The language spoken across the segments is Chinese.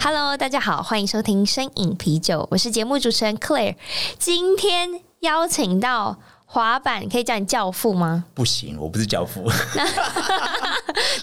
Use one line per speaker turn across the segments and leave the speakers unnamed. Hello，大家好，欢迎收听《深饮啤酒》，我是节目主持人 Claire。今天邀请到滑板，可以叫你教父吗？
不行，我不是教父。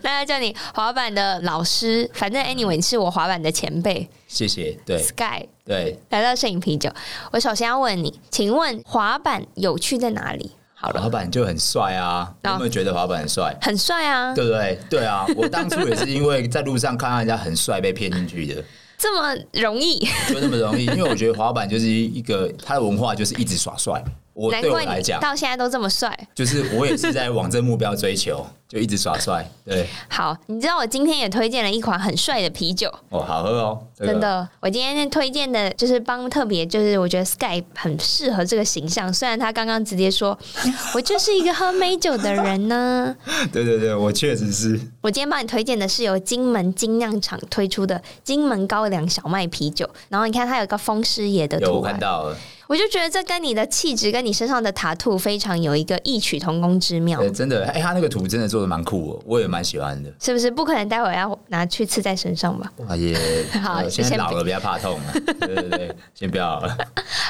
那要叫你滑板的老师，反正 anyway 你是我滑板的前辈
谢谢。对
Sky。
对，
来到《摄影啤酒》，我首先要问你，请问滑板有趣在哪里？好
滑
了，
板就很帅啊！你有没有觉得滑板很帅？
很帅啊，
对不对？对啊，我当初也是因为在路上看到人家很帅被骗进去的，
这么容易，
就那么容易。因为我觉得滑板就是一个它的文化，就是一直耍帅。我
难
对我
怪
来
你
讲，
到现在都这么帅。
就是我也是在往这目标追求，就一直耍 帅。对，
好，你知道我今天也推荐了一款很帅的啤酒，
哦，好喝哦，这个
真的，我今天推荐的就是帮特别，就是我觉得 Sky 很适合这个形象。虽然他刚刚直接说， 我就是一个喝美酒的人呢。
对对对，我确实是
我今天帮你推荐的是由金门精酿厂推出的金门高粱小麦啤酒，然后你看它有一个风师爷的
有我
图
看
案，
到了，
我就觉得这跟你的气质跟你身上的塔兔非常有一个异曲同工之妙
对，，真的，哎，他那个图真的做的蛮酷的，我也蛮喜欢的。
是不是？不可能待会要拿去刺在身上吧？
哇耶！
好
啊呃现在
先
老了比较怕痛 了，对对对，先不要了。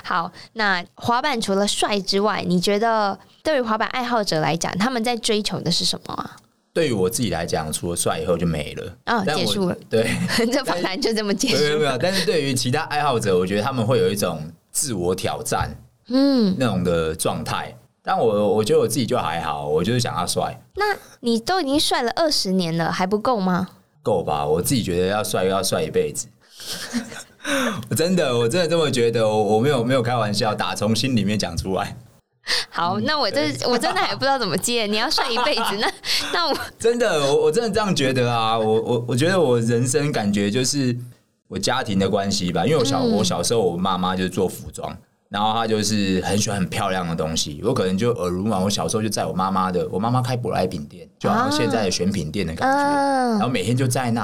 好，那滑板除了帅之外，你觉得对于滑板爱好者来讲，他们在追求的是什么啊？
对于我自己来讲，除了帅以后就没了。
啊、
但
结
我
束了，
对，
这访谈就这么结
没有没有
束。
没有。但是对于其他爱好者，我觉得他们会有一种自我挑战
嗯，
那种的状态。但我我觉得我自己就还好，我就是想要帅
那你都已经帅了二十年了，还不够吗？
够吧？我自己觉得要帅要帅一辈子。 我真的，我真的这么觉得，我我没有没有开玩笑，打从心里面讲出来，嗯
好，那我这我真的还不知道怎么接。你要帅一辈子，那那我
真的，我我真的这样觉得啊，我我我觉得我人生感觉就是我家庭的关系吧，因为我小、我小时候我妈妈就是做服装，然后她就是很喜欢很漂亮的东西，我可能就耳濡目染，我小时候就在我妈妈的，我妈妈开舶来品店，就好像现在的选品店的感觉，然
嗯
后每天就在那，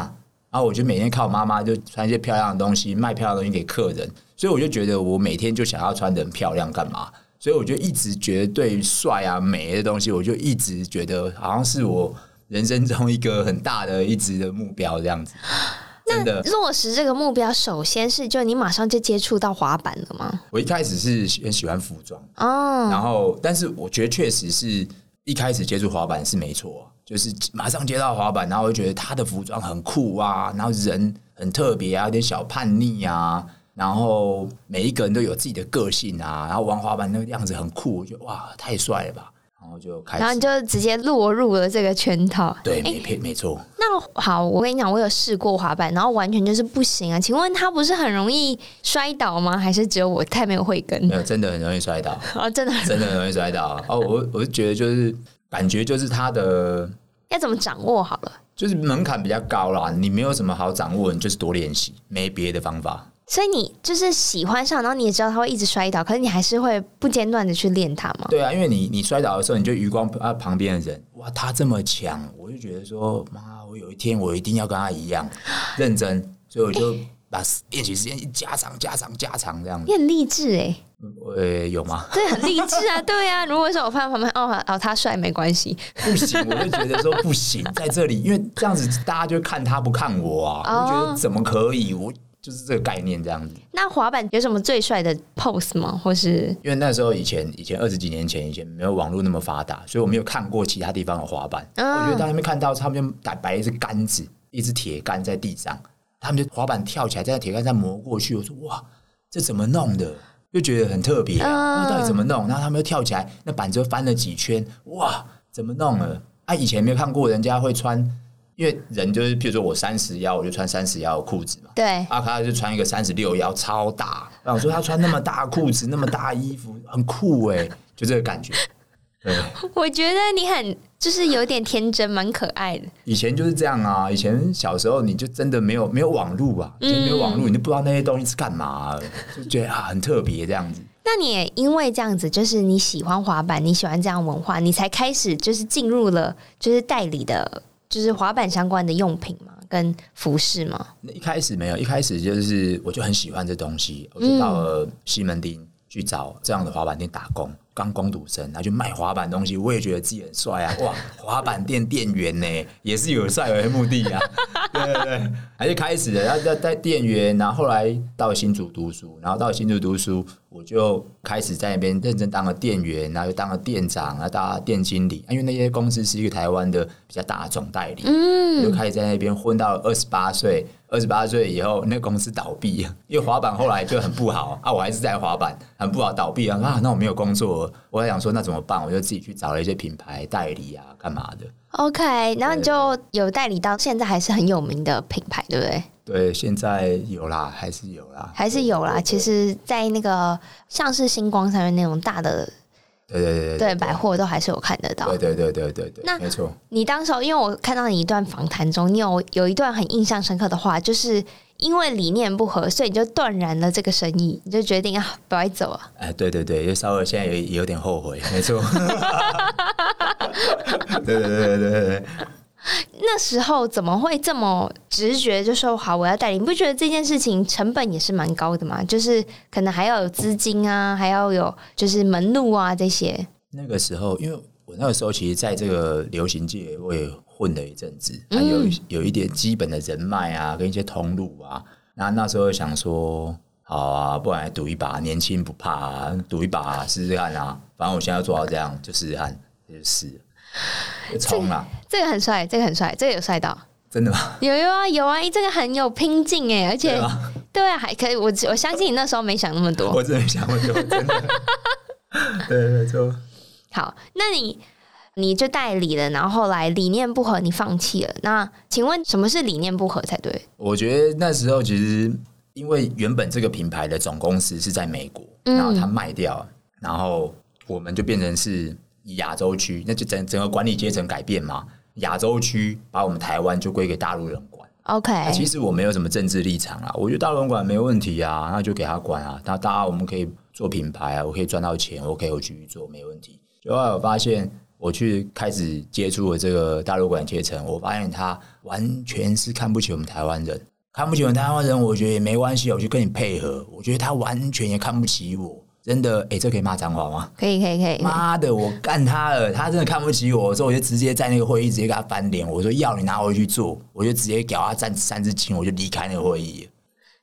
然后我就每天靠妈妈就穿一些漂亮的东西，卖漂亮的东西给客人，所以我就觉得我每天就想要穿的很漂亮，干嘛？所以我就一直觉得对于帅啊美的东西，我就一直觉得好像是我人生中一个很大的一直的目标这样子。真的，
落实这个目标，首先是就你马上就接触到滑板了吗？
我一开始是很喜欢服装，
哦，
然后，但是我觉得确实是一开始接触滑板是没错，就是马上接到滑板，然后我就觉得他的服装很酷啊，然后人很特别啊，有点小叛逆啊，然后每一个人都有自己的个性啊，然后玩滑板那个样子很酷，我觉得哇太帅了吧，然后就开
然后
始
你就直接落入了这个圈套。
对
哎
没骗没错，
那好，我跟你讲，我有试过滑板，然后完全就是不行啊。请问它不是很容易摔倒吗？还是只有我太没有慧根
没？有真的很容易摔倒，
啊，真的
真的很容易摔倒哦，我我就觉得就是感觉就是他的。
要怎么掌握好了？
就是门槛比较高啦，你没有什么好掌握，你就是多练习，没别的方法。
所以你就是喜欢上，然后你也知道它会一直摔倒，可是你还是会不间断的去练它吗？
对啊，因为你你摔倒的时候，你就余光啊旁边的人，哇，他这么强，我就觉得说，妈，我有一天我一定要跟他一样认真，所以我就把练习时间一加长、加长、加长这样子。
你很励志哎、
呃，有吗？
对，很励志啊，对啊。如果说我放在旁边，哦哦，他帅没关系，
不行，我就觉得说不行，在这里，因为这样子大家就看他不看我啊，我就觉
哦
得怎么可以？我就是这个概念这样子。
那滑板有什么最帅的 pose 吗？或是
因为那时候以前以前二十几年前以前没有网络那么发达，所以我没有看过其他地方有滑板。
嗯
我觉得在那边看到他们就摆摆一只杆子，一只铁杆在地上，他们就滑板跳起来，在铁杆上磨过去。我说哇，这怎么弄的？就觉得很特别啊！
嗯
那到底怎么弄？然后他们又跳起来，那板子又翻了几圈，哇，怎么弄了？啊，以前没有看过人家会穿，因为人就是，譬如说我三十腰，我就穿三十腰的裤子嘛。
对，
阿卡就穿一个三十六腰，超大。然后我说他穿那么大裤子，欸那么大衣服，很酷哎、就这个感觉。对，
我觉得你很就是有点天真，蛮可爱的。
以前就是这样啊，以前小时候你就真的没有没有网路啊，以前没有网路，你就不知道那些东西是干嘛、就觉得啊很特别这样子。
那你也因为这样子，就是你喜欢滑板，你喜欢这样文化，你才开始就是进入了就是代理的，就是滑板相关的用品嘛，跟服饰嘛。
那一开始没有，一开始就是我就很喜欢这东西，我就到了西门町去找这样的滑板店打工，刚工读生，然后就卖滑板东西，我也觉得自己很帅啊，哇，滑板店店员呢也是有帅为目的啊，对对对，还是开始了，然后在在店员，然后后来到新竹读书，然后到新竹读书，我就开始在那边认真当了店员，然后又当了店长，然后当了店经理，啊因为那些公司是一个台湾的比较大的总代理，我
嗯
就开始在那边混到二十八岁。二十八岁以后，那公司倒闭， 因为滑板后来就很不好啊。我还是在滑板，很不好倒闭啊。啊，那我没有工作了，我还想说那怎么办？我就自己去找了一些品牌代理啊，干嘛的。
OK，然后你就有代理到现在还是很有名的品牌，对不对？
对，现在有啦，还是有啦，
还是有啦。其实，在那个像是星光上面那种大的
对对对
对百货都还是有看得到
对。对对对对对
那
对，没错。
你当时候，因为我看到你一段访谈中，你有有一段很印象深刻的话，就是因为理念不合，所以你就断然了这个生意，你就决定啊，不要走啊。
哎，对对对，就稍微现在也也有点后悔，没错。 对对对对对对，
那时候怎么会这么直觉就说好我要代理？你不觉得这件事情成本也是蛮高的吗？就是可能还要有资金啊，还要有就是门路啊这些。
那个时候，因为我那个时候其实在这个流行界我也混了一阵子，啊、有有一点基本的人脉啊，跟一些通路啊。那那时候想说，好啊，不然来赌一把，年轻不怕、啊，赌一把、试试看啊。反正我现在要做到这样，就试试看，就试了，就冲了，
这个很帅，这个很帅，这个有帅到。
真的吗？
有有啊有啊，这个很有拼劲哎，而且
对啊吧？
对啊，还可以，我我相信你那时候没想那么多。
我真的想问，我真的，对，没错。
好，那你你就代理了，然后后来理念不合，你放弃了。那请问什么是理念不合才对？
我觉得那时候其实，因为原本这个品牌的总公司是在美国，
嗯
然后它卖掉了，然后我们就变成是亚洲区，那就整整个管理阶层改变嘛。亚洲区把我们台湾就归给大陆人管，那
OK，
其实我没有什么政治立场啊，我觉得大陆人管没问题啊，那就给他管啊。那大家我们可以做品牌啊，我可以赚到钱我可以我继续做，没问题。就后来我发现，我去开始接触了这个大陆管阶层，我发现他完全是看不起我们台湾人，看不起我们台湾人，我觉得也没关系，我去跟你配合。我觉得他完全也看不起我，真的，诶，这可以骂脏话吗？
可以可以 可以，
妈的，我干他了！他真的看不起我，所以我就直接在那个会议直接给他翻脸，我说要你拿回去做，我就直接给他站三只青，我就离开那个会议了，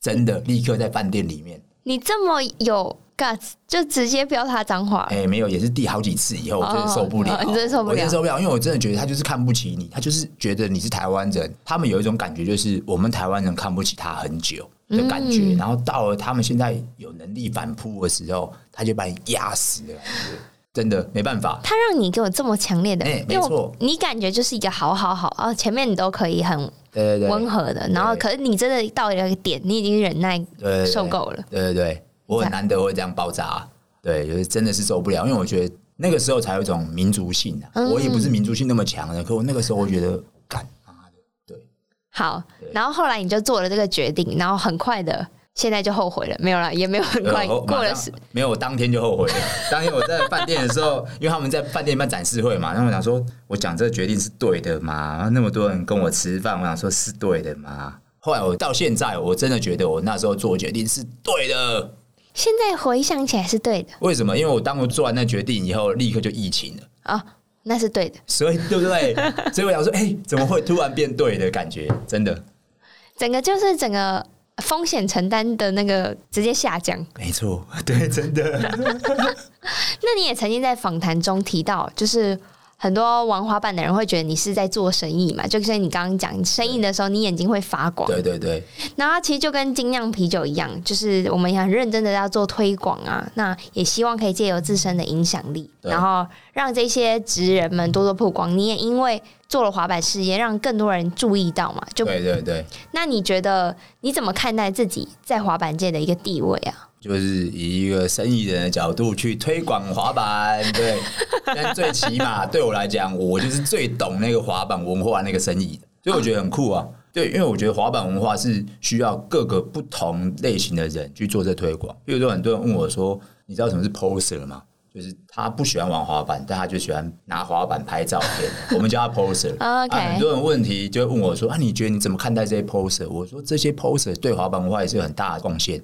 真的立刻在饭店里 面，
你这么有 guts，就直接飙他脏话。
哎、没有，也是第好几次以后，我真的受不了，
哦哦你真的受不了
我真的受不了，因为我真的觉得他就是看不起你，他就是觉得你是台湾人，他们有一种感觉就是我们台湾人看不起他很久的感觉，
嗯
然后到了他们现在有能力反扑的时候，他就把你压死了，真的没办法，
他让你给我这么强烈的，
哎没
因为我
错
你感觉就是一个好好好哦，前面你都可以很
对对对，
温和的，然后
对
可是你真的到了一个点，你已经忍耐
对对对
受够了。
对对对，我很难得会这样爆炸，啊对，就是真的是受不了，因为我觉得那个时候才有一种民族性啊，
嗯
我也不是民族性那么强的，可我那个时候我觉得干妈的，对，
好，然后后来你就做了这个决定，然后很快的，现在就后悔了，没有啦，也没有 很快，
然后哦呃
过
马
了
上
十
没有，我当天就后悔了。 当天我在饭店的时候，因为他们在饭店办展示会嘛，然后我想说，我讲这个决定是对的嘛？那么多人跟我吃饭，我想说是对的嘛？后来我到现在，我真的觉得我那时候做决定是对的。
现在回想起来是对的
为什么？因为我当我做完那决定以后，立刻就疫情了。
啊、那是对的。
所以对不对？ 所以我想说，哎、怎么会突然变对的感觉？真的，
整个就是整个风险承担的那个直接下降。
没错，对，真的，
那你也曾经在访谈中提到，就是很多玩滑板的人会觉得你是在做生意嘛，就像你刚刚讲生意的时候，你眼睛会发光。
对对对，
然后其实就跟精酿啤酒一样，就是我们也很认真的要做推广啊，那也希望可以借由自身的影响力，
对
然后让这些职人们多多曝光。你也因为做了滑板事业，让更多人注意到嘛。就
对对对。
那你觉得你怎么看待自己在滑板界的一个地位啊？
就是以一个生意人的角度去推广滑板，对。但最起码对我来讲，我就是最懂那个滑板文化那个生意的，所以我觉得很酷啊。对，因为我觉得滑板文化是需要各个不同类型的人去做这推广。比如说，很多人问我说：“你知道什么是 poser 吗？”就是他不喜欢玩滑板，但他就喜欢拿滑板拍照片，我们叫他 poser。
OK
啊很多人问题就会问我说：“啊，你觉得你怎么看待这些 poser？” 我说：“这些 poser 对滑板文化也是有很大的贡献。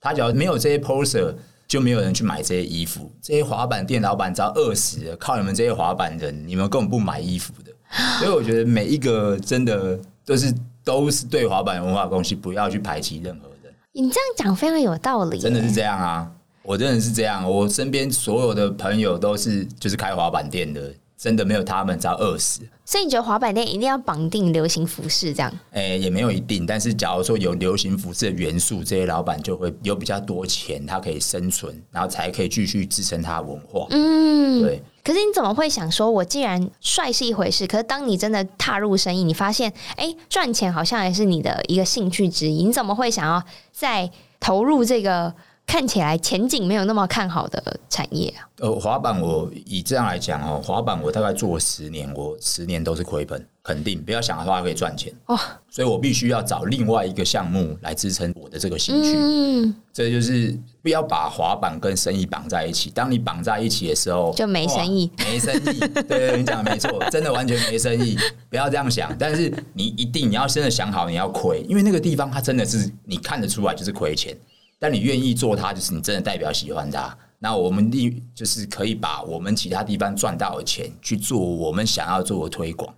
他只要没有这些 poser，就没有人去买这些衣服。这些滑板店老板只要饿死了，靠你们这些滑板人，你们根本不买衣服的。 所以我觉得每一个真的都是都是对滑板文化的贡献，不要去排挤任何人。
你这样讲非常有道理耶，
真的是这样啊！我真的是这样，啊我身边所有的朋友都是就是开滑板店的，真的没有他们只要饿死。
所以你觉得滑板店一定要绑定流行服饰这样？
诶、哎也没有一定，但是假如说有流行服饰的元素，这些老板就会有比较多钱，他可以生存，然后才可以继续支撑他的文化。
嗯，
对，
可是你怎么会想说，我既然帅是一回事，可是当你真的踏入生意，你发现，哎、赚钱好像也是你的一个兴趣之一，你怎么会想要再投入这个看起来前景没有那么看好的产业啊？
呃，滑板我以这样来讲哦，滑板我大概做了十年，我十年都是亏本，肯定不要想的话可以赚钱
哦
所以我必须要找另外一个项目来支撑我的这个兴趣。
嗯，
这就是不要把滑板跟生意绑在一起。当你绑在一起的时候，
就没生意
哇，没生 意。对对对，你讲的没错，真的完全没生意。不要这样想，但是你一定你要真的想好你要亏，因为那个地方它真的是你看得出来就是亏钱，但你愿意做它，就是你真的代表喜欢它。那我们利就是可以把我们其他地方赚到的钱去做我们想要做的推广。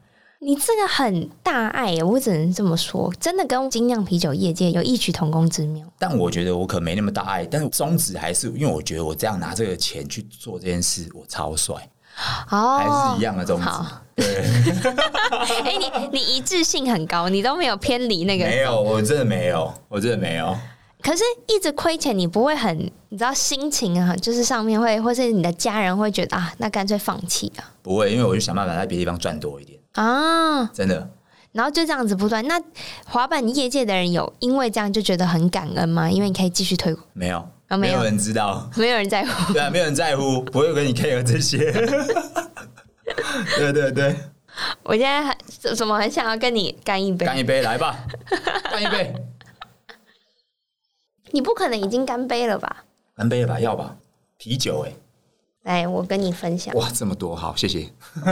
你这个很大爱耶，我只能这么说，真的跟精酿啤酒业界有异曲同工之妙。
但我觉得我可没那么大爱，但是宗旨还是因为我觉得我这样拿这个钱去做这件事，我超帅。
哦，
还是一样的宗旨
好，对。 哎、你你一致性很高，你都没有偏离那个。
没有，我真的没有，我真的没有。
可是，一直亏钱，你不会很，你知道心情啊，就是上面会，或是你的家人会觉得啊，那干脆放弃啊
不会，因为我就想办法在别的地方赚多一点，
啊，
真的。
然后就这样子不断。那滑板业界的人有因为这样就觉得很感恩吗？因为你可以继续推广，
没有，
啊没
没
有
有人知道，
没有人在乎。
对啊，没有人在乎，不会跟你 care 这些。对对对，
我现在很怎么很想要跟你干一杯？
干一杯来吧，干一杯，
你不可能已经干杯了吧？
干杯了吧，要吧，啤酒哎、
来，我跟你分享。
哇，这么多，好，谢谢。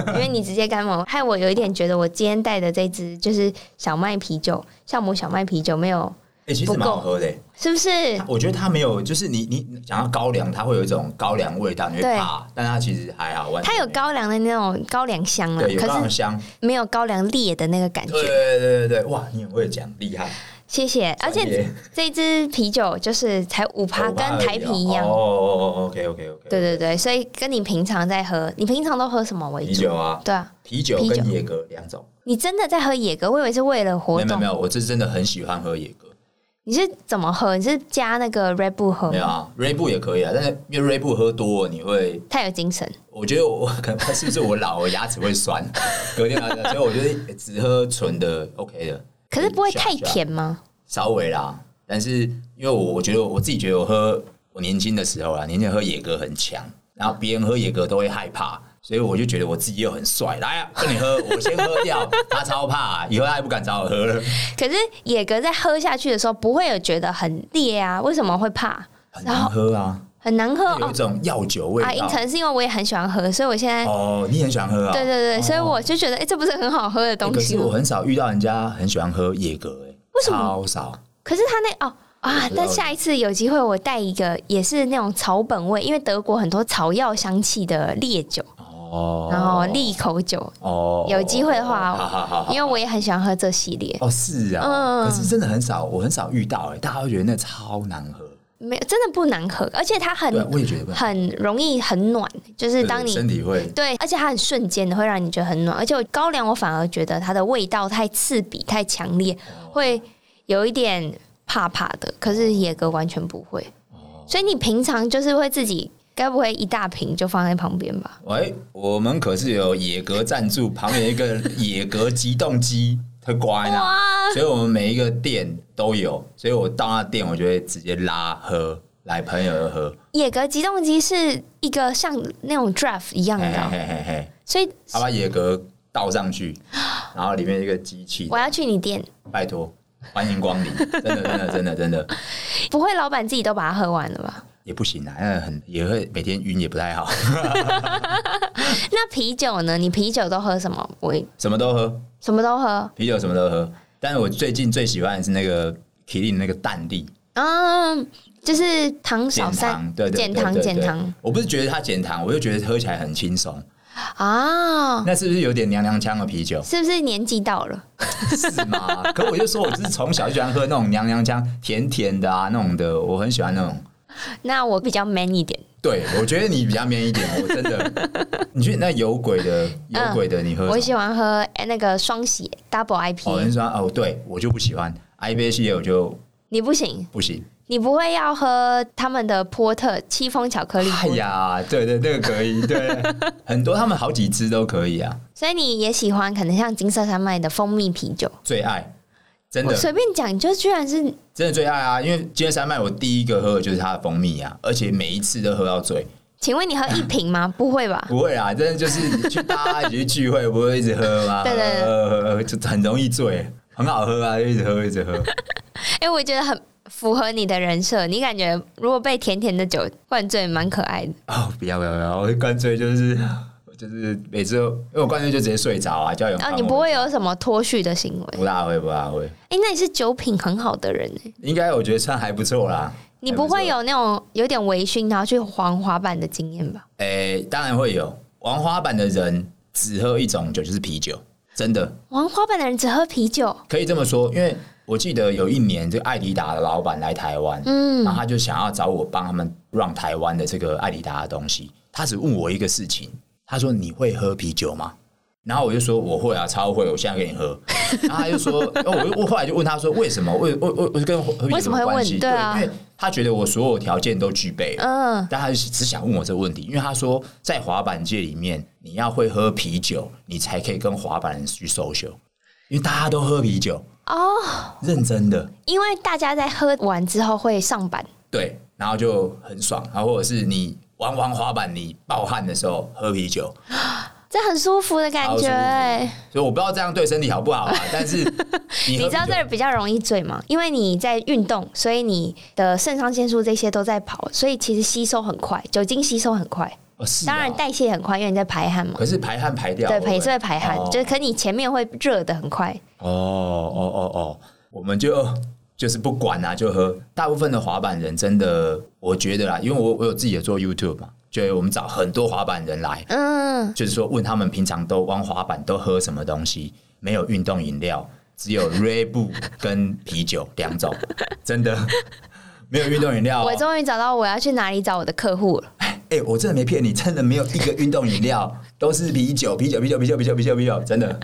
因为你直接干嘛，害我有一点觉得我今天带的这支就是小麦啤酒，酵母小麦啤酒没有，
哎、其实
不够
蛮好喝的、欸，
是不是？
我觉得它没有，就是你你讲到高粱，它会有一种高粱味道，你会
对
怕，但它其实还好。完全
它有
没
高粱的那种高粱香啊了
对，有，高
可
粱
是
香，
没有高粱烈的那个感
对
觉。
对对对对，哇，你很会讲，厉害。
谢谢，而
专业
且这支啤酒就是才五趴，跟台啤一样
哦。哦哦，OK OK OK，
对对对，所以跟你平常在喝，你平常都喝什么为
啤
主？
酒啊，
对啊，
啤酒
啤酒
跟野格两种。
你真的在喝野格？我以为是为了
没
活
有没有
动
没。有，我是真的很喜欢喝野格。
你是怎么喝？你是加那个 Red Bull 喝
没有
吗？
啊，锐步也可以啊，但是因为锐步喝多了你会，
太有精神。
我觉得我可能是不是我老了牙齿会酸，隔天牙齿酸，所以我觉得只喝纯的 OK 的，
可是不会
下
太
下
甜吗？
稍微啦。但是因为我我觉得我自己觉得我喝我年轻的时候啦，年轻人喝野格很强，然后别人喝野格都会害怕，所以我就觉得我自己又很帅，来啊，跟你 喝，我先喝掉，他超怕、以后他也不敢找我喝了，
可是野格在喝下去的时候，不会有觉得很烈啊？为什么会怕？
很难喝啊，
很难喝
有一
哦。
种药酒味
啊，因
道。
可能是因为我也很喜欢喝，所以我现在、
哦，你很喜欢喝啊？
对对对，
哦
所以我就觉得，哎、这不是很好喝的
欸
东
可
西
是
吗？
我很少遇到人家很喜欢喝野格、欸，
为什么
超少。
可是他那哦啊
我，知道
那下一次有机会我带一个也是那种草本味，因为德国很多草药香气的烈酒，
哦
然后利口酒，
哦
有机会的话
好好好好
因为我也很喜欢喝这系列。
哦是啊、
嗯
可是真的很少，我很少遇到、欸，哎，大家会觉得那超难喝。
没有，真的不难喝，而且它
对，
很
我也觉得不难喝。
很容易很暖，嗯就是当
对
你
身体会
对，而且它很瞬间的，会让你觉得很暖。而且我高粱，我反而觉得它的味道太刺鼻、太强烈，
哦
会有一点怕怕的。可是野格完全不会，
哦
所以你平常就是会自己，该不会一大瓶就放在旁边吧？
喂、哎我们可是有野格赞助，旁边有一个野格激动机，特乖呢、所以我们每一个店都有，所以我到那店，我就会直接拉喝，来朋友而喝，
野格机动机是一个像那种 draft 一样
嘿
的
嘿
哦，
嘿嘿嘿，
所以
他把野格倒上去，然后里面一个机器
我，要去你店，
拜托，欢迎光 临，真的真的真的真的
不会老板自己都把它喝完了吧？
也不行啊，那很也会每天晕也不太好，
那啤酒呢？你啤酒都喝什么？我
什么都喝，
什么都喝
啤酒什么都喝，但是我最近最喜欢的是那个麒麟那个蛋力
啊、就是糖
减
少
糖，
三，
对对
减
对
糖
对
减
对
糖哦
我不是觉得它减糖，我就觉得喝起来很轻松，
啊，
那是不是有点娘娘腔的啤 酒？
是不是年纪到了？
是吗？可我就说，我就是从小就喜欢喝那种娘娘腔、甜甜的啊，那种的，我很喜欢那种。
那我比较 man 一点，
对，我觉得你比较面一点，我真的。你去那有鬼的，有鬼的，你喝
嗯我
什么？
喜欢喝哎那个双喜 double
哦，人
IPA，、
说哦，对我就不喜欢 IBA 系列，我就
你不行，
不行。
你不会要喝他们的波特戚风巧克力波
哎
特
呀，对对，那个可以， 对，很多他们好几支都可以啊，
所以你也喜欢可能像金色山脉的蜂蜜啤酒。
最爱，真
我
的
随便讲，就居然是
真的最爱啊！因为今天山脉我第一个喝的就是它的蜂蜜啊，而且每一次都喝到醉。
请问你喝一瓶 吗？不会吧？
不会啊，真的就是你去大家一起去聚会，不会一直喝 吗？
对对对
喝喝喝喝就很容易醉，很好喝啊，就一直喝一直喝。
哎、我觉得很符合你的人设。你感觉如果被甜甜的酒灌醉，蛮可爱的。
哦，不要不要不要，我干脆就是就是每次都，因为我干脆就直接睡着啊，叫人
然
帮我。
后哦你不会有什么脱序的行为。
不大会不大会，
哎、那你是酒品很好的人、欸，
应该我觉得算还不错啦。
你
还
不
错
会？有那种有点微醺然后去滑滑板的经验吧？
诶、当然会有。玩滑板的人只喝一种酒，就是啤酒，真的
玩滑板的人只喝啤酒，
可以这么说。因为我记得有一年，这个艾迪达的老板来台湾，
嗯
然后他就想要找我帮他们让台湾的这个艾迪达的东西。他只问我一个事情，他说：“你会喝啤酒吗？”然后我就说：“我会啊，超会，我现在给你喝。” 然后他就说：“哦，我我后来就问他说，为什么？为为为为跟喝啤酒
为什么会
有关系？
问
对，
对啊
因为他觉得我所有条件都具备了。
嗯，
但他只想问我这个问题，因为他说，在滑板界里面，你要会喝啤酒，你才可以跟滑板人去 social，因为大家都喝啤酒，
哦，
认真的。
因为大家在喝完之后会上板，
对，然后就很爽，然后或者是你玩玩滑板，你暴汗的时候喝啤酒，
这很舒服的感
超舒
觉、
服
欸。
所以我不知道这样对身体好不 好啊，但是你
你
喝
知道
啤酒
这儿比较容易醉吗？因为你在运动，所以你的肾上腺素这些都在跑，所以其实吸收很快，酒精吸收很快，
哦是啊
当然代谢很快，因为你在排汗嘛。
可是排汗排掉
对，
会不
也是会排汗，
哦
就是可你前面会热的很快，
哦哦哦哦，我们就就是不管啊，就喝。大部分的滑板人真的，我觉得啦，因为我我有自己也做 YouTube 嘛，就我们找很多滑板人来，
嗯，
就是说问他们平常都玩滑板都喝什么东西，没有运动饮料，只有 Red Bull 跟啤酒两种，真的 没有运动饮料、哦。
我终于找到我要去哪里找我的客户了。
哎、我真的没骗你，真的没有一个运动饮料，都是啤酒，啤酒，啤酒，啤酒，啤酒，啤酒，啤酒，真的。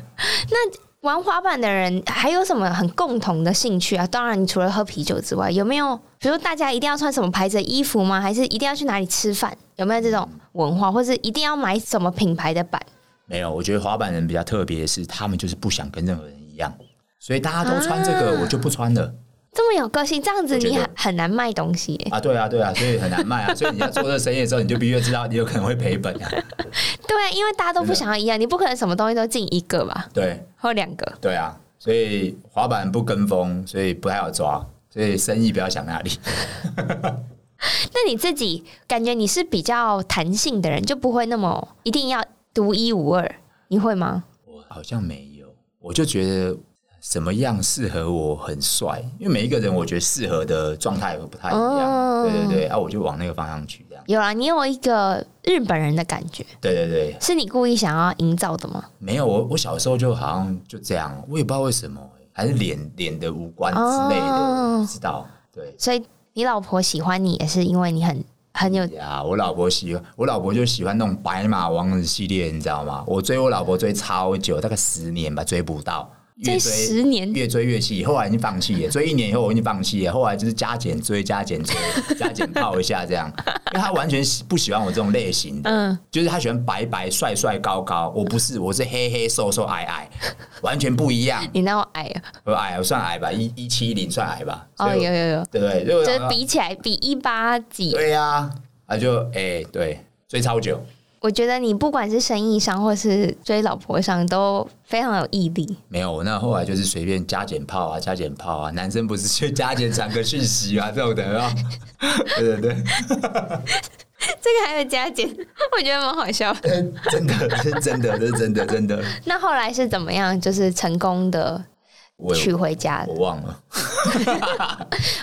玩滑板的人还有什么很共同的兴趣啊？当然，你除了喝啤酒之外，有没有比如说大家一定要穿什么牌子的衣服吗？还是一定要去哪里吃饭？有没有这种文化，或是一定要买什么品牌的板？
没有，我觉得滑板人比较特别的是，他们就是不想跟任何人一样，所以大家都穿这个，我就不穿了
这么有个性，这样子
我觉
你
得
很很难卖东西耶。
啊！对啊，对啊，所以很难卖啊！所以你要做这个生意的时候，你就必须要知道你有可能会赔本啊！
对啊，因为大家都不
真的
想要一样，你不可能什么东西都进一个吧，
对
或两个。
对啊，所以滑板不跟风，所以不太好抓，所以生意不要想那里。
那你自己感觉你是比较弹性的人，就不会那么一定要独一无二，你会吗？
我好像没有，我就觉得什么样适合我很帅，因为每一个人我觉得适合的状态不太一样。
哦
对对对，啊，我就往那个方向去，这样。
有啊，你有一个日本人的感觉，
对对对，
是你故意想要营造的吗？
没有，我我小时候就好像就这样，我也不知道为什么、还是脸脸的五官之类的，
哦
不知道。对
所以你老婆喜欢你也是因为你很很有
呀，啊我老婆喜欢，我老婆就喜欢那种白马王子系列，你知道吗？我追我老婆追超久，大概十年吧，追不到。越
这
追
十年
越追越气，后来已经放弃了，追一年以后我已经放弃了，后来就是加减追加减追加减泡一下这样，因为他完全喜不喜欢我这种类型的，
嗯，
就是他喜欢白白帅帅高高，我不是，我是黑黑瘦瘦矮矮，完全不一样，
你那我矮啊，
我矮我算矮吧，一一七零算矮吧，
哦，
所以
有
我
有有，
对不对？就
就是比起来比一八几，
对呀、啊，就哎、对，追超久，
我觉得你不管是生意上或是追老婆上都非常有毅力。
没有，那后来就是随便加减泡啊，加减泡啊，男生不是去加减传个讯息啊，这种的啊，对对对，
这个还有加减， 我觉得蛮好笑的。
真的，这是真的，这是真的，真的，
那后来是怎么样？就是成功的
我
娶回家的
我。忘了，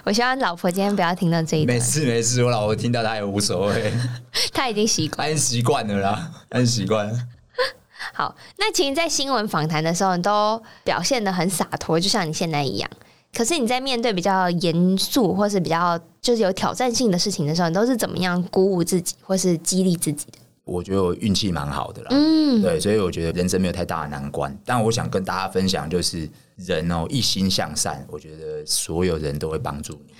我希望老婆今天不要听到这一段
没，事没事，我老婆听到她也无所谓，
她已经习惯。
她已经习惯了啦，她已经习惯了。
好，那其实，在新闻访谈的时候，你都表现的很洒脱，就像你现在一样。可是你在面对比较严肃或是比较就是有挑战性的事情的时候，你都是怎么样鼓舞自己或是激励自己的？
我觉得我运气蛮好的啦，
嗯，
对，所以我觉得人生没有太大的难关。但我想跟大家分享，就是人哦，一心向善，我觉得所有人都会帮助你，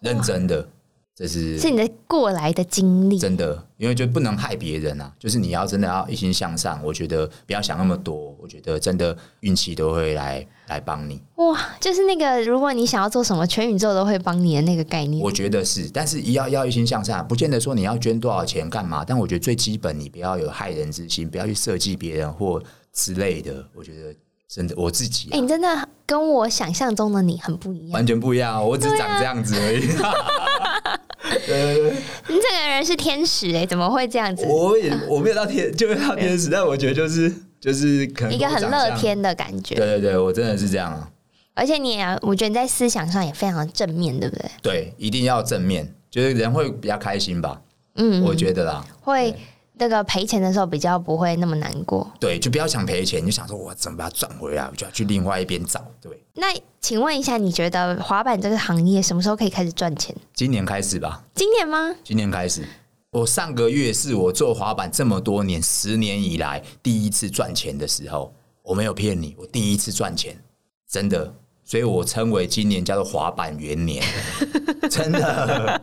认真的，这是
是你的过来的经历。
真的，因为就不能害别人啊。就是你要真的要一心向上，我觉得不要想那么多，我觉得真的运气都会来来帮你。
哇，就是那个，如果你想要做什么，全宇宙都会帮你的那个概念。
我觉得是，但是要要一心向善，不见得说你要捐多少钱干嘛。但我觉得最基本，你不要有害人之心，不要去设计别人或之类的。我觉得真的，我自己、啊
哎、你真的跟我想象中的你很不一样。
完全不一样哦，我只是长这样子而已。
啊你整个人是天使哎、怎么会这样子？
我也我没有到天，就没有到天使，但我觉得就是就是可能
一个
我
很
长
乐
相。
天的感觉，
对对对，我真的是这样啊。
而且你也，我觉得你在思想上也非常正面，对不对？
对，一定要正面，就是人会比较开心吧，
嗯，
我觉得啦。
会那个赔钱的时候比较不会那么难过。
对，就不要想赔钱，你就想说我怎么把它赚回来，我就要去另外一边找。对，
那请问一下，你觉得滑板这个行业什么时候可以开始赚钱？
今年开始吧，
今年吗？
今年开始。我上个月是我做滑板这么多年，十年以来第一次赚钱的时候，我没有骗你，我第一次赚钱，真的，所以我称为今年叫做滑板元 年，真的，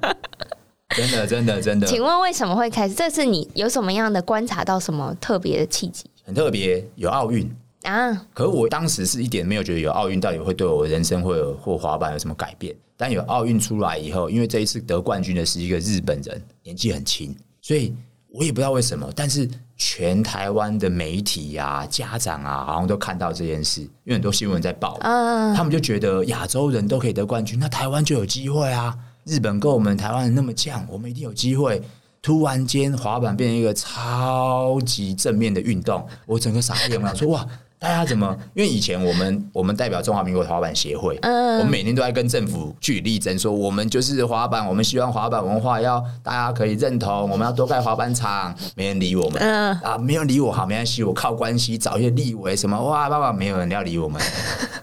真的，真的，真的。
请问为什么会开始？这是你有什么样的观察到什么特别的契机
很特别，有奥运，
啊？
可我当时是一点没有觉得有奥运到底会对我人生会有或滑板有什么改变。但有奥运出来以后，因为这一次得冠军的是一个日本人，年纪很轻，所以我也不知道为什么，但是全台湾的媒体啊、家长啊，好像都看到这件事，因为很多新闻在报，
嗯，
他们就觉得亚洲人都可以得冠军，那台湾就有机会啊！日本跟我们台湾人那么犟，我们一定有机会。突然间，滑板变成一个超级正面的运动，我整个傻眼了，说哇，大家怎么？因为以前我们我们代表中华民国滑板协会，
嗯
我们每天都在跟政府据理力争，说我们就是滑板，我们希望滑板文化要大家可以认同，我们要多盖滑板场，没人理我们，
嗯
啊，没有人理我，好，没关系，我靠关系找一些立委什么，哇，爸爸没有人要理我 们，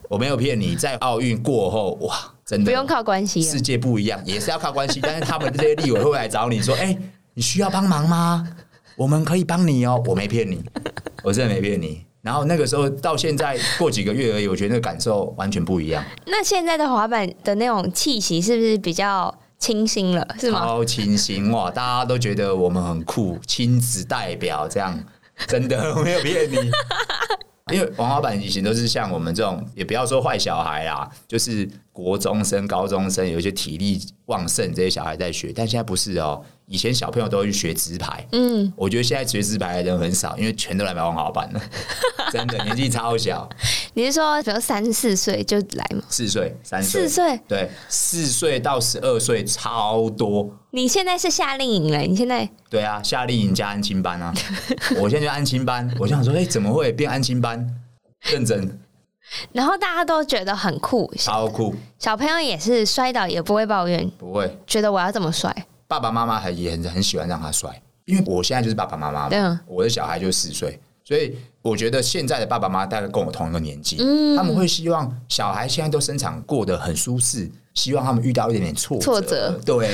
我没有骗你，在奥运过后，哇，真的
不用靠关系啊了
世界不一样，也是要靠关系， 但是他们这些立委会来找你说，哎、你需要帮忙吗？我们可以帮你哦，我没骗你，我真的没骗你。然后那个时候到现在过几个月而已，我觉得那个感受完全不一样，
那现在的滑板的那种气息是不是比较清新了？是吗？
超清新哇！大家都觉得我们很酷，亲子代表这 样，真的我没有骗你。 因为王老板以前都是像我们这种，也不要说坏小孩啦，就是国中生、高中生，有一些体力旺盛这些小孩在学，但现在不是哦。以前小朋友都会去学直排，
嗯，
我觉得现在学直排的人很少，因为全都来买王老板 了，真的年纪超小，
你是说比如三四岁就来吗？
四岁、三岁、
四岁，
对，四岁到十二岁超多，
你现在是夏令营了，你现在
对啊，夏令营加安亲班啊，我现在就安亲班，我就想说，哎、怎么会变安亲班？认真，
然后大家都觉得很酷，小
超酷，
小朋友也是摔倒也不会抱怨，
不会，
觉得我要这么摔，
爸爸妈妈还也很很喜欢让他摔，因为我现在就是爸爸妈妈嘛，
对啊
我的小孩就四岁，所以我觉得现在的爸爸妈妈大概跟我同一个年纪，
嗯
他们会希望小孩现在都生长过得很舒适，希望他们遇到一点点挫折，
挫折
对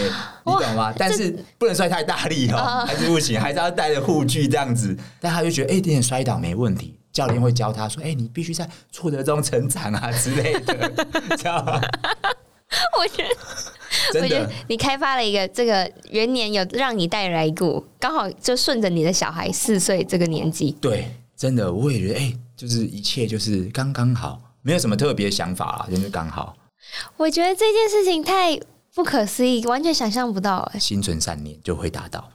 你懂吗？但是不能摔
啊
太大力哦，还是不行，还是要带着护具这样子。但他就觉得哎，一点点摔倒没问题，教练会教他说：“哎、你必须在挫折中成长啊之类的，知道吗？”
我觉得，我
真
觉
的
得，你开发了一个这个元年有让你带来一股，刚好就顺着你的小孩四岁这个年纪，
对，真的，我也觉得，哎、就是一切就是刚刚好，没有什么特别想法啦，就是刚好，
我觉得这件事情太不可思议，完全想象不到、哎
心存善念就会达到。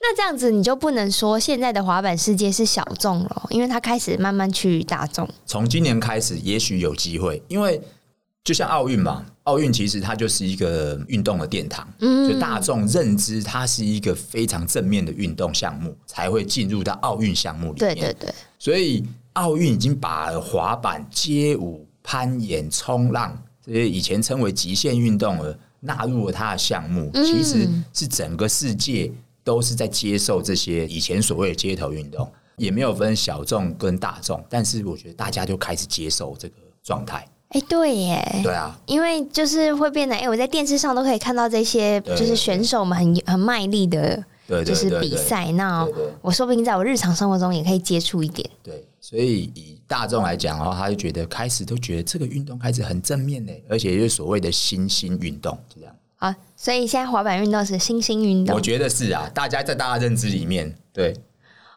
那这样子你就不能说现在的滑板世界是小众了，因为它开始慢慢趋于大众。
从今年开始，也许有机会，因为就像奥运嘛，奥运其实它就是一个运动的殿堂，嗯，就大众认知它是一个非常正面的运动项目，才会进入到奥运项目里
对
面。
对对，
所以奥运已经把滑板、街舞、攀岩、冲浪这些以前称为极限运动而纳入了它的项目，
嗯
其实是整个世界都是在接受这些以前所谓的街头运动，也没有分小众跟大众，但是我觉得大家就开始接受这个状态。
哎、对耶。
对啊，
因为就是会变得，哎、我在电视上都可以看到这些，
对
就是选手们很很卖力的，
对对
就是
对对
比赛。那
对对
我说不定在我日常生活中也可以接触一点。
对，所以以大众来讲的话，他就觉得开始都觉得这个运动开始很正面嘞，而且就是所谓的新兴运动，就这样。
啊，所以现在滑板运动是新兴运
我
动，
觉得是啊，大家在大家认知里面，对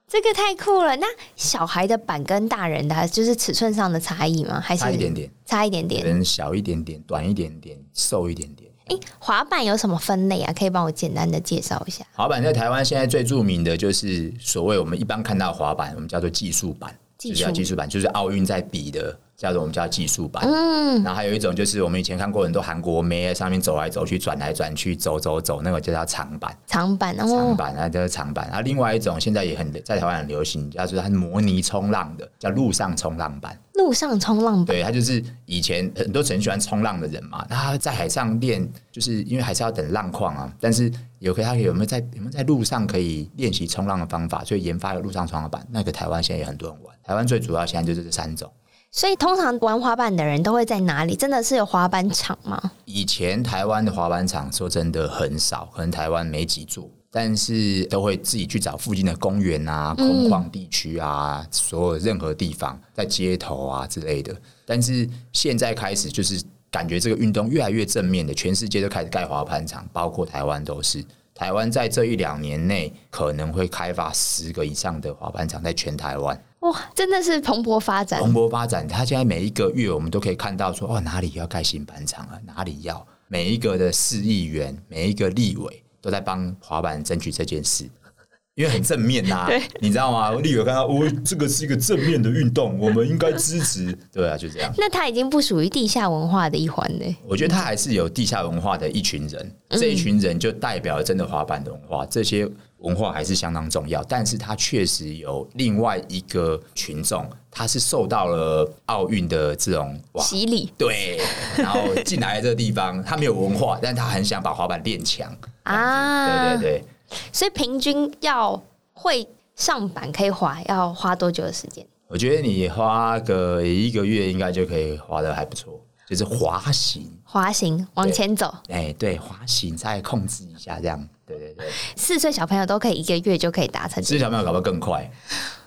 这个太酷了。那小孩的板跟大人的，就是尺寸上的差异吗？还是
差一点点，
差一点点
可能小一点点，短一点点，瘦一点点。
诶，滑板有什么分类啊？可以帮我简单的介绍一下？
滑板在台湾现在最著名的就是所谓我们一般看到的滑板，我们叫做技术板，
技
就是叫
术
技术板，就是奥运在比的，叫做我们叫技术板。
嗯，
然后还有一种就是我们以前看过很多韩国妹啊在上面走来走去、转来转去、走走走，那个就叫长板。
长板
长
哦，
板啊，叫长板。然后另外一种现在也很在台湾很流行，叫做它是模拟冲浪的，叫陆上冲浪板。
陆上冲浪板，
对他就是以前很多很喜欢冲浪的人嘛，那他在海上练，就是因为还是要等浪况啊。但是有可以他有没有在有没有在路上可以练习冲浪的方法，所以研发了陆上冲浪板。那个台湾现在也很多人玩，台湾最主要现在就是这三种。
所以通常玩滑板的人都会在哪里？真的是有滑板场吗？
以前台湾的滑板场说真的很少，可能台湾没几座，但是都会自己去找附近的公园啊、空旷地区啊，所有任何地方，在街头啊之类的。但是现在开始就是感觉这个运动越来越正面的，全世界都开始盖滑板场，包括台湾都是。台湾在这一两年内可能会开发十个以上的滑板场，在全台湾。
哇，真的是蓬勃发展。
蓬勃发展，它现在每一个月我们都可以看到说，哦，哪里要盖新板厂了，哪里要每一个的市议员、每一个立委都在帮滑板争取这件事， 因为很正面呐、你知道吗？立委看到，哦，这个是一个正面的运动，我们应该支持，对啊，就这样。
那它已经不属于地下文化的一环嘞。
我觉得他还是有地下文化的一群人，这一群人就代表了真的滑板的文化，这些文化还是相当重要。但是它确实有另外一个群众，他是受到了奥运的这种哇。
洗礼
对，然后进来这个地方，他没有文化，但他很想把滑板练强。
啊，
对对对，
所以平均要会上板可以滑，要花多久的时间？
我觉得你花个一个月应该就可以滑的还不错，就是滑行。
滑行往前走，
哎，对，滑行再控制一下，这样。对对对。
四岁小朋友都可以一个月就可以达成。
其实小朋友搞不好更快。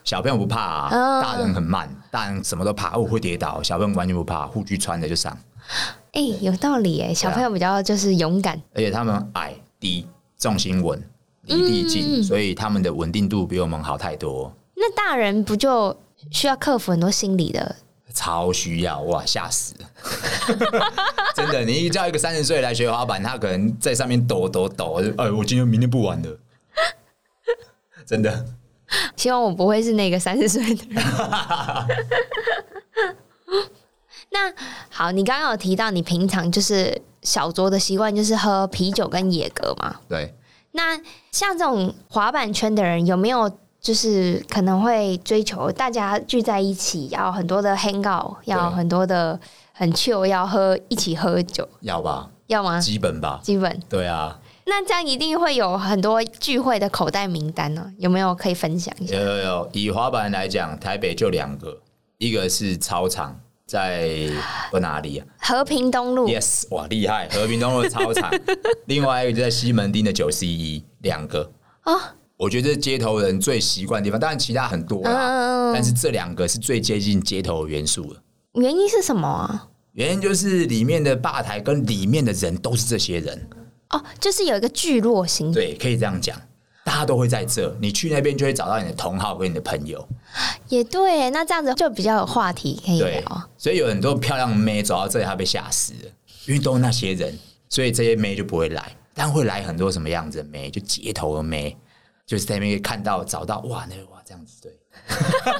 小朋友不怕、啊，
嗯
大人很慢，大人什么都怕，哦，我会跌倒。小朋友完全不怕，护具穿着就上，
哎、有道理哎，小朋友比较就是勇敢。
而且他们矮低，重心稳，离地近，所以他们的稳定度比我们好太多，
那大人不就需要克服很多心理的？
超需要哇，吓死 了！真的，你一叫一个三十岁来学滑板，他可能在上面抖抖抖，就哎，我今天明天不玩了， 真的。
希望我不会是那个三十岁的人。 那好，你刚刚有提到你平常就是小酌的习惯，就是喝啤酒跟野格嘛。
对，
那像这种滑板圈的人，有没有就是可能会追求大家聚在一起，要很多的 hang out，要很多的很 chill，要喝一起喝酒，
要吧，
要吗？
基本吧，
基本
对啊，
那这样一定会有很多聚会的口袋名单呢、有没有可以分享一下？
有有有，以滑板来讲，台北就两个，一个是操场，在不哪里啊
和平东路
？Yes，哇，厉 害！和平东路的操场，另外一个就在西门町的九 C 一，两个。
哦，
我觉得街头人最习惯的地方，当然其他很多啦，
嗯
但是这两个是最接近街头元素的。
原因是什么啊？
原因就是里面的吧台跟里面的人都是这些人，
哦，就是有一个聚落型，
对，可以这样讲，大家都会在这。你去那边就会找到你的同好跟你的朋友，
也对耶。那这样子就比较有话题可以
对
聊。，
所以有很多漂亮妹走到这里，她被吓死了，因为都是那些人，所以这些妹就不会来，但会来很多什么样子的妹，就街头的妹，就是在那边看到找到哇，那个哇这样子对。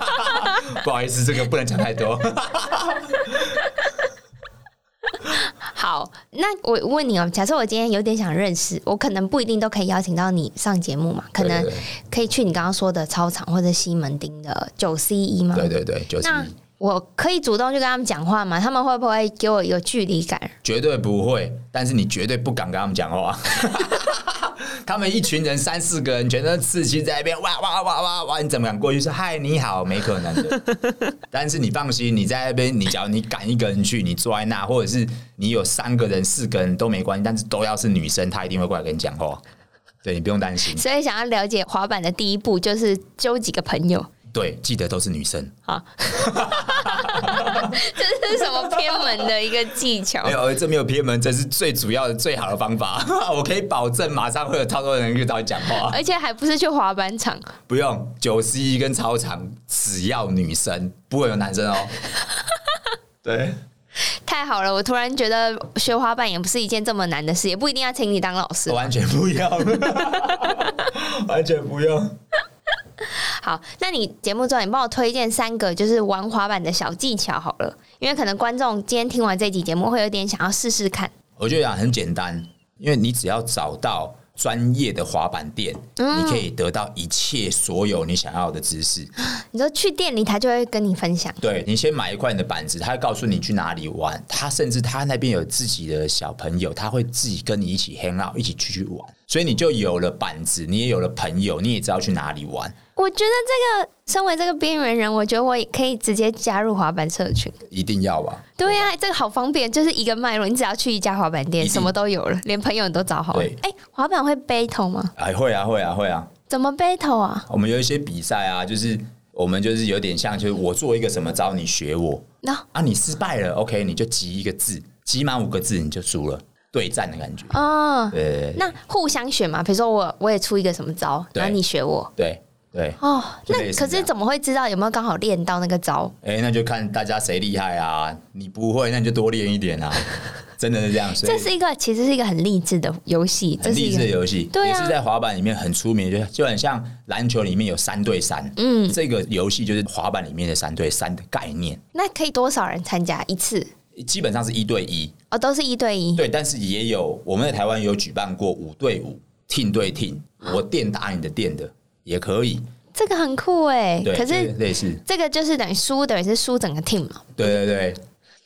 不好意思，这个不能讲太多。
好，那我问你哦，假设我今天有点想认识，我可能不一定都可以邀请到你上节目嘛，可能
对对
可以去你刚刚说的操场或者西门町的九 C 一嘛。
对对对，就是
那我可以主动去跟他们讲话吗？他们会不会给我有距离感？
绝对不会，但是你绝对不敢跟他们讲话。 他们一群人三四个人，全都刺青在那边，哇哇哇哇哇！你怎么敢过去说嗨你好？没可能的。但是你放心，你在那边，你只要你敢一个人去，你坐在那，或者是你有三个人、四个人都没关系，但是都要是女生，她一定会过来跟你讲话。对你不用担 心，
所以想要了解滑板的第一步就是揪几个朋友。
对，记得都是女生。
这是什么偏门的一个技巧
没？有，这没有偏门，这是最主要的、最好的方法。 我可以保证，马上会有超多人遇到你讲话。
而且还不是去滑板场，
不用，九十一跟操场只要女生，不会有男生哦。对，
太好了！我突然觉得学滑板也不是一件这么难的事，也不一定要请你当老师。
完全不用， 完全不用。
好，那你节目中你帮我推荐三个就是玩滑板的小技巧好了，因为可能观众今天听完这集节目会有点想要试试看。
我觉得啊很简单，因为你只要找到专业的滑板店，你可以得到一切所有你想要的知识。
你说去店里，他就会跟你分享。
对你先买一块你的板子，他会告诉你去哪里玩，他甚至他那边有自己的小朋友，他会自己跟你一起 hang out，一起出去玩，所以你就有了板子，你也有了朋友，你也知道去哪里玩。
我觉得这个身为这个边缘人，我觉得我也可以直接加入滑板社群。
一定要啊吧？
对呀、这个好方便，就是一个脉络，你只要去一家滑板
一
店，
定
什么都有了，连朋友你都找好了。
对
哎、滑板会 battle 吗？
哎，会啊，会啊，会啊！
怎么 battle 啊？
我们有一些比赛啊，就是我们就是有点像，就是我做一个什么招，你学我
那、
啊，你失败了，OK，你就集一个字，集满五个字你就输了，对战的感觉。
哦，
对对对
那互相选嘛，比如说我我也出一个什么招，
对
然后你学我。
对对，
哦，
就类
那
似
可
这
是
样
怎么会知道有没有刚好练到那个招？
哎、那就看大家谁厉害啊！你不会，那你就多练一点啊！ 真的是这样，所
这
以
是一个其实是一个很励志的游戏，这
很
是
励
一
志的
个
游戏，
对啊
也是在滑板里面很出名，就就很像篮球里面有三对三，嗯，这个游戏就是滑板里面的三对三的概念，
那可以多少人参加一次？
基本上是一对一，
哦，都是一对一。
对，但是也有我们在台湾有举办过五对五、team 对 team，我电打你的电的也可以，
这个很酷哎、
对，
可
就是类似，
这个就是等于输，等于是输整个 team 嘛。
对对对，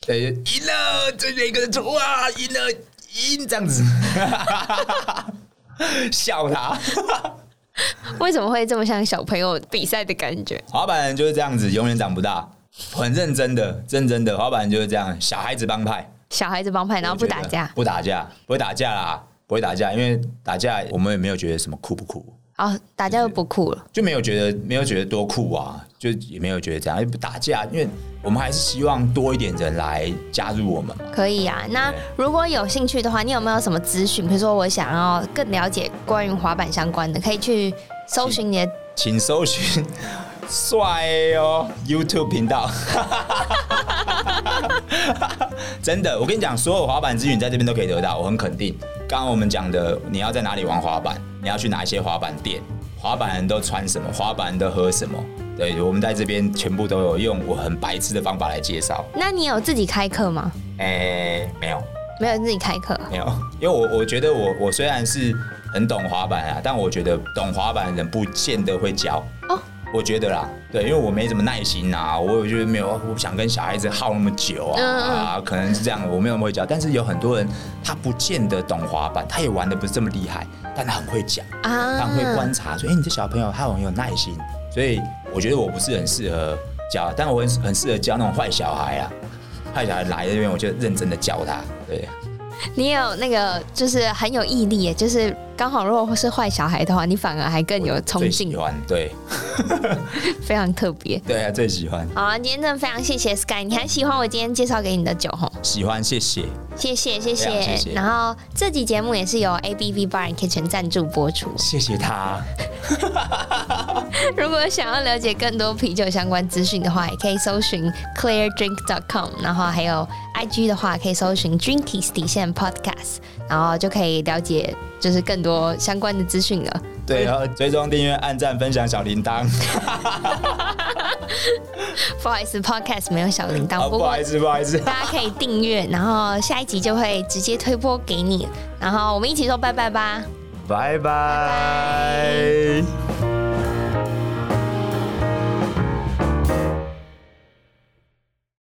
对，赢了，这边一个人说哇，赢了，赢这样子， 笑他。
为什么会这么像小朋友比赛的感觉？
滑板人就是这样子，永远长不大，很认真的，认真的，滑板人就是这样，小孩子帮派，
小孩子帮派，然后不打架。
不打架，不会打架啦，不会打架，因为打架我们也没有觉得什么酷不酷。
哦，打架就不酷了。
就没有觉得没有觉得多酷啊，就也没有觉得这样因为打架，因为我们还是希望多一点人来加入我们嘛。
可以啊，那如果有兴趣的话，你有没有什么资讯？比如说，我想要更了解关于滑板相关的，可以去搜寻你的
请搜寻帅哦 YouTube 频道。 真的，我跟你讲，所有滑板资讯你在这边都可以得到，我很肯定。刚刚我们讲的，你要在哪里玩滑板，你要去哪一些滑板店，滑板人都穿什么，滑板人都喝什么，对我们在这边全部都有用我很白痴的方法来介绍。
那你有自己开课吗？
哎、没有。
没有自己开课，
没有，因为我我觉得我我虽然是很懂滑板啊，但我觉得懂滑板的人不见得会教
哦
我觉得啦，对，因为我没什么耐心啊，我觉得没有，我不想跟小孩子耗那么久啊，
嗯嗯
啊可能是这样，我没有那么会教。但是有很多人他不见得懂滑板，他也玩的不是这么厉害，但他很会讲，
啊
他很会观察，说，哎、你这小朋友他很有耐心，所以我觉得我不是很适合教，但我很很适合教那种坏小孩啊，坏小孩来这边我就认真的教他，对。
你也有那个就是很有毅力耶，就是刚好如果是坏小孩的话，你反而还更有冲
最
劲
喜，欢，对
非常特别。
对啊，最喜欢，
好啊，今天真的非常谢谢 Sky，你还喜欢我今天介绍给你的酒吼？
喜欢，谢谢，
谢谢谢
非常
谢
谢。谢
然后这集节目也是由 A B B Bar and Kitchen 赞助播出。
谢谢他，
如果想要了解更多啤酒相关资讯的话，也可以搜寻 cleardrink.com，然后还有 IG 的话可以搜寻 Drinkies 底线 Podcast，然后就可以了解就是更多相关的资讯了。
对，然后追踪、订阅、按赞、分享小铃铛，
不好意思，Podcast 没有小铃铛，
好
不
不
过
好意思，不 好意思，
大家可以订阅，然后下一集就会直接推播给你，然后我们一起说拜拜吧。
拜拜。
拜